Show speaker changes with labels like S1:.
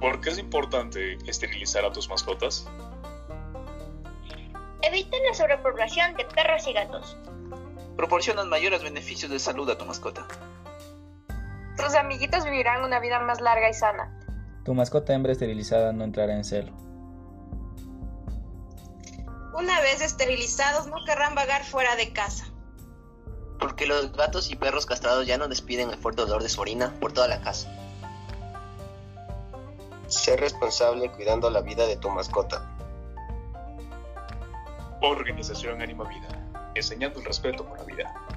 S1: ¿Por qué es importante esterilizar a tus mascotas?
S2: Evitan la sobrepoblación de perros y gatos.
S3: Proporcionan mayores beneficios de salud a tu mascota.
S4: Tus amiguitos vivirán una vida más larga y sana.
S5: Tu mascota hembra esterilizada no entrará en celo.
S6: Una vez esterilizados no querrán vagar fuera de casa.
S7: Porque los gatos y perros castrados ya no despiden el fuerte olor de su orina por toda la casa.
S8: Sé responsable cuidando la vida de tu mascota.
S1: Organización Anima Vida, enseñando el respeto por la vida.